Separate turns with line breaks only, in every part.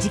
時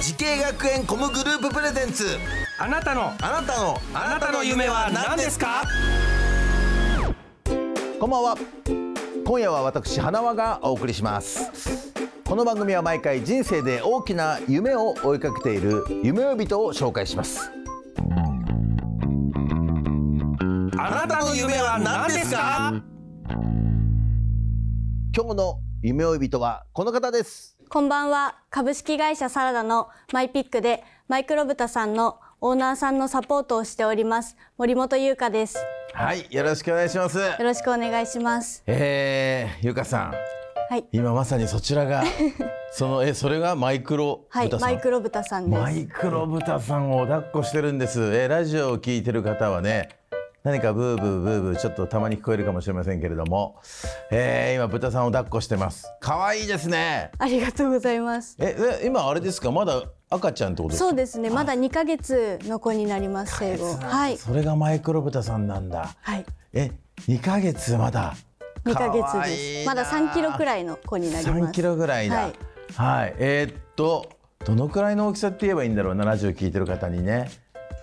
時系学園コムグループプレゼンツ
あなたの
あなたのあなたの夢は何ですかこんばんは今夜は私花輪がお送りしますこの番組は毎回人生で大きな夢を追いかけている夢追い人を紹介しますあなたの夢は何ですか今日の夢追い人はこの方です
こんばんは。株式会社サラダのマイピックでマイクロブタさんのオーナーさんのサポートをしております。森本優香です。
はいよろしくお願いします
よろしくお願いします。
えー、ゆかさん
はい。
今まさにそちら がそのえそれがマイクロ
はい
豚。さ
マ
ん、
イクロブタさんで
マ
す。
イクロ豚さんを抱っこしてるんですえラジオを聞いてる方はね何かブーブーブーブーちょっとたまに聞こえるかもしれませんけれども、えー、今豚さんを抱っこしてます可愛いですね
ありがとうございます。
ええ今あれですかまだ赤ちゃんってことですか
そうですね。まだ2ヶ月の子になります。生後。はい。
それがマイクロ豚さんなんだ
はい。
え2ヶ月まだ
2ヶ月
可
で
愛い
す。ま
な
だ3キロくらいの子になります。
3キロぐらいだ。は
はいい、
えーっとどのくらいの大きさって言えばいいんだろうなラジオ聞いてる方にね。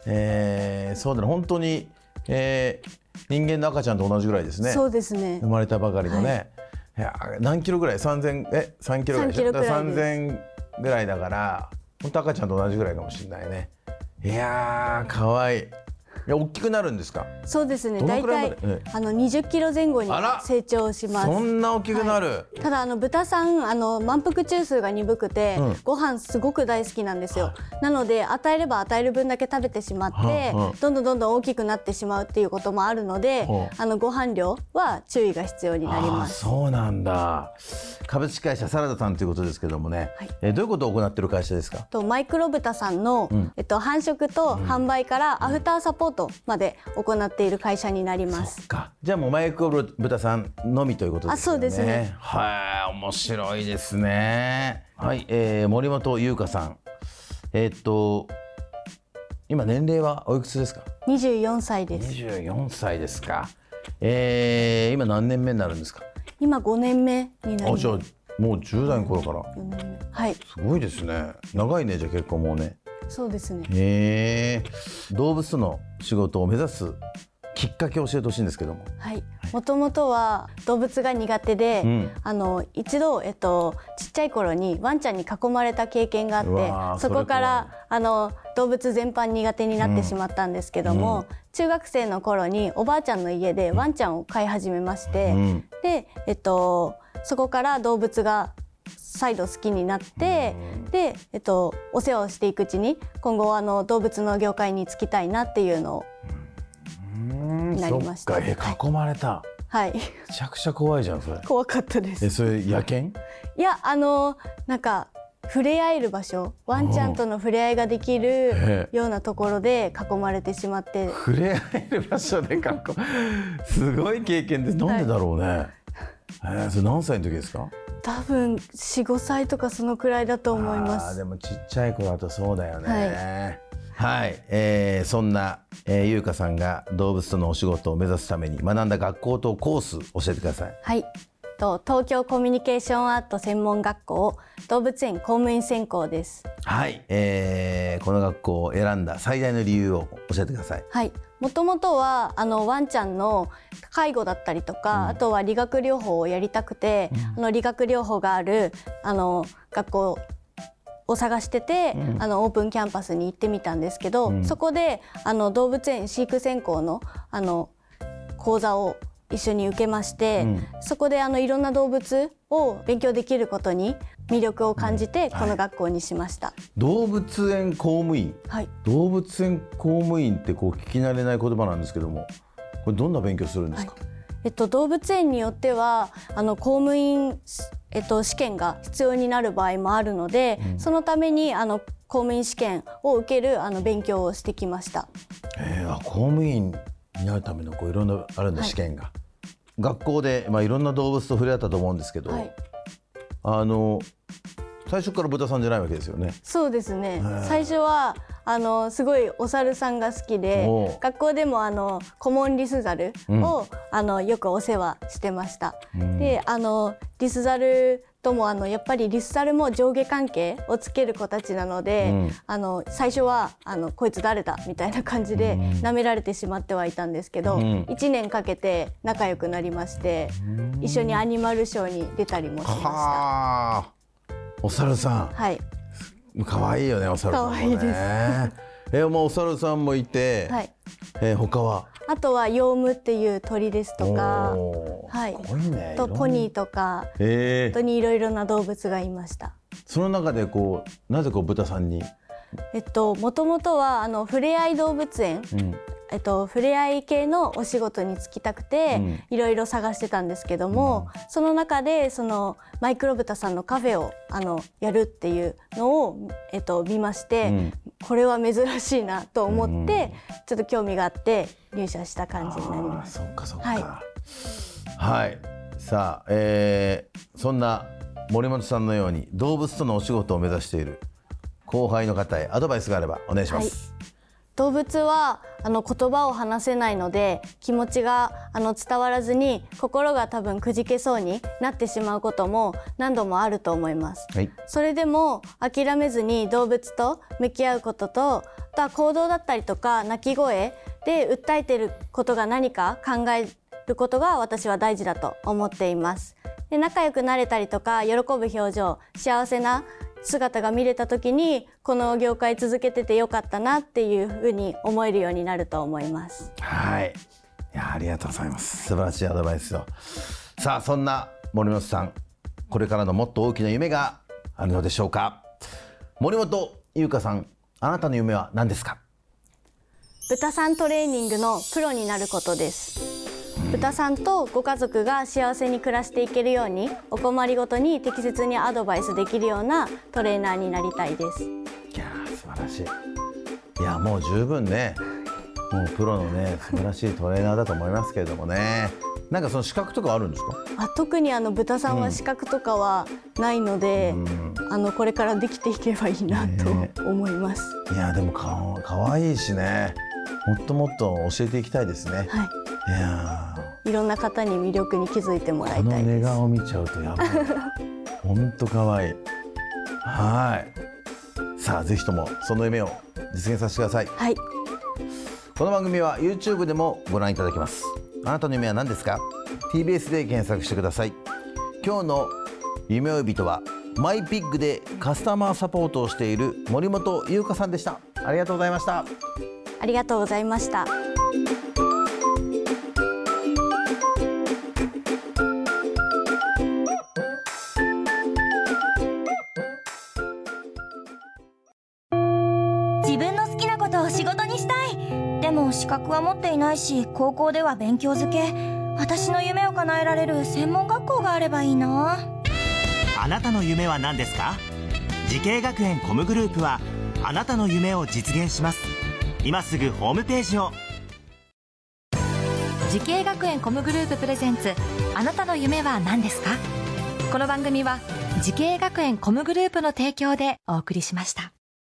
えー、そうだね本当に、えー人間の赤ちゃんと同じぐらいですね。
そうですね
生。まれたばかりのね。い、や何キロぐらい？三千え三キロぐらいでしょ。
3キロくらいです
三千ぐらいだから本当赤ちゃんと同じぐらいかもしれないね。いやー可愛いい。いや大きくなるんですか。
そうですね。
どの
大
くらいま
体
でええ
あの20キロ前後に
あら
成長します。
そんな大きくなる。
ただあの豚さんあの満腹中枢が鈍くて、
うん
ご飯すごく大好きなんですよなので与えれば与える分だけ食べてしまって、
はあはあ
どんどんどんどん大きくなってしまうっていうこともあるので、
は
あのご飯量は注意が必要になります
あーそうなんだ。株式会社サラダさんということですけどもね、
はい
えーどういうことを行っている会社ですか。
とマイクロ豚さんの、
ん
えっと、繁殖と販売からアフターサポートまで行っている会社になります、
か。じゃあもうマイクロブタさんのみということです
あ
よね。
そうですね。
はい、面白いですね。はい、えー、森本優香さん。えーっと今年齢はおいくつですか。
24歳です
24歳ですか。えー、今何年目になるんですか。
今5年目になり
あ、
ま
じ
す
ゃあもう10代の頃から。
4年目はい
すごいですね。長いねじゃあ結構もうね。
そうですね
へえ動物との仕事を目指すきっかけを教えてほしいんですけども、
はい、もともとは動物が苦手で、
うん
あの一度、えっと、ちっちゃい頃にワンちゃんに囲まれた経験が
うわ
あ
ー
ってそこから
そ
あの動物全般苦手になってしまったんですけども、中学生の頃におばあちゃんの家でワンちゃんを飼い始めまして、
うん
で、えっと、そこから動物が再度好きになって、で、えっと、お世話をしていくうちに今後あの動物の業界に就きたいなっていうのを、なりました
そっかえ囲まれた
はい、
めちゃくちゃ怖いじゃんそれ
怖かったです
え。それ野犬
いやあのなんか触れ合える場所ワンちゃんとの触れ合いができ
え
るようなところで囲まれてしまって
触れ合える場所で囲 すごい経験ですなんでだろうね、えーそれ何歳の時ですか
多分45歳とかそのくらいだと思いま
あー
す
でもちっちゃい子だとそうだよね。はい、えーそんな、えー、ゆうかさんが動物とのお仕事を目指すために学んだ学校とコース教えてください。
はいと東京コミュニケーションアート専門学校動物園公務員専攻です
はい、えーこの学校を選んだ最大の理由を教えてください。
はいもともとはあのワンちゃんの介護だったりとか、あとは理学療法をやりたくて、あの理学療法があるあの学校を探してて、あのオープンキャンパスに行ってみたんですけど、そこであの動物園飼育専攻のあの講座を一緒に受けまして、そこであのいろんな動物を勉強できることに魅力を感じて、この学校にしました。
動物園公務員、
はい
動物園公務員ってこう聞き慣れない言葉なんですけども、これどんな勉強するんですか。
えっと、動物園によってはあの公務員えっと、試験が必要になる場合もあるので、そのためにあの公務員試験を受けるあの勉強をしてきました。
えーあ公務員になるためのこういろんなあるんだ、
はい
試験が学校で、まあ、いろんな動物と触れ合ったと思うんですけど、
はい、
あの最初から豚さんじゃないわけですよね
そうですね
ー
最初はあのすごいお猿さんが好きで
おう
学校でもあのコモンリスザルを、
うん
あのよくお世話してました。であのリスザルともあのやっぱりリスザルも上下関係をつける子たちなので、
うん
あの最初はあのこいつ誰だみたいな感じで舐められてしまってはいたんですけど、
うん
1年かけて仲良くなりまして、一緒にアニマルショーに出たりもしました。
はあお猿さ
はい、
ん可愛いよねお猿さんもね
可愛いです
えもうお猿さんもいて、
はい
えー他は
あとはヨウムっていう鳥ですとか、
おー
はい
すごいね
あとポニー
ー
とか、
え
本当
ー
にいろいろな動物がいました。
その中でこうなぜこう豚さんに、
えっと元々はあのふれあい動物園、
うん
えっとふれあい系のお仕事に就きたくて
うん
いろいろ探してたんですけども、その中でそのマイクロブタさんのカフェをあのやるっていうのをえっと見まして、
うん
これは珍しいなと思って、ちょっと興味があって入社した感じになります。
そっかそっか。
はい
はい。さあ、えーそんな森本さんのように動物とのお仕事を目指している後輩の方へアドバイスがあればお願いします。
動物はあの言葉を話せないので気持ちがあの伝わらずに心が多分くじけそうになってしまうことも何度もあると思います。
はい。
それでも諦めずに動物と向き合うこととあとは行動だったりとか鳴き声で訴えてることが何か考えることが私は大事だと思っています。で仲良くなれたりとか喜ぶ表情幸せな姿が見れた時にこの業界続けててよかったなっていうふうに思えるようになると思います。
はい。いや、ありがとうございます。素晴らしいアドバイスを。さあ、そんな森本さん、これからのもっと大きな夢があるのでしょうか。森本優香さん、あなたの夢は何ですか。
豚さんトレーニングのプロになることです豚さんとご家族が幸せに暮らしていけるようにお困りごとに適切にアドバイスできるようなトレーナーになりたいです
いやー素晴らしいいやもう十分ねもうプロのね素晴らしいトレーナーだと思いますけれどもねなんかその資格とかあるんですか
あ特にあの豚さんは資格とかはないので、あのこれからできていけばいいな
ね
と思います、
いやでもかかわいいしねもっともっと教えていきたいですね、い、
は
や
い、いろんな方に魅力に気づいてもら
ーこ
い
の
たい
寝
です
顔見ちゃうとやばいほんとかわいいはいさあぜひともその夢を実現させてください
はい
この番組は YouTube でもご覧いただけますあなたの夢は何ですか TBS で検索してください今日の夢追い人はマイピッグでカスタマーサポートをしている森本優香さんでしたありがとうございました
ありがとうございました
自分の好きなことを仕事にしたいでも資格は持っていないし高校では勉強づけ私の夢を叶えられる専門学校があればいいな
あなたの夢は何ですか時系学園コムグループはあなたの夢を実現します今すぐホームページを
時系学園コムグループプレゼンツあなたの夢は何ですかこの番組は時系学園コムグループの提供でお送りしました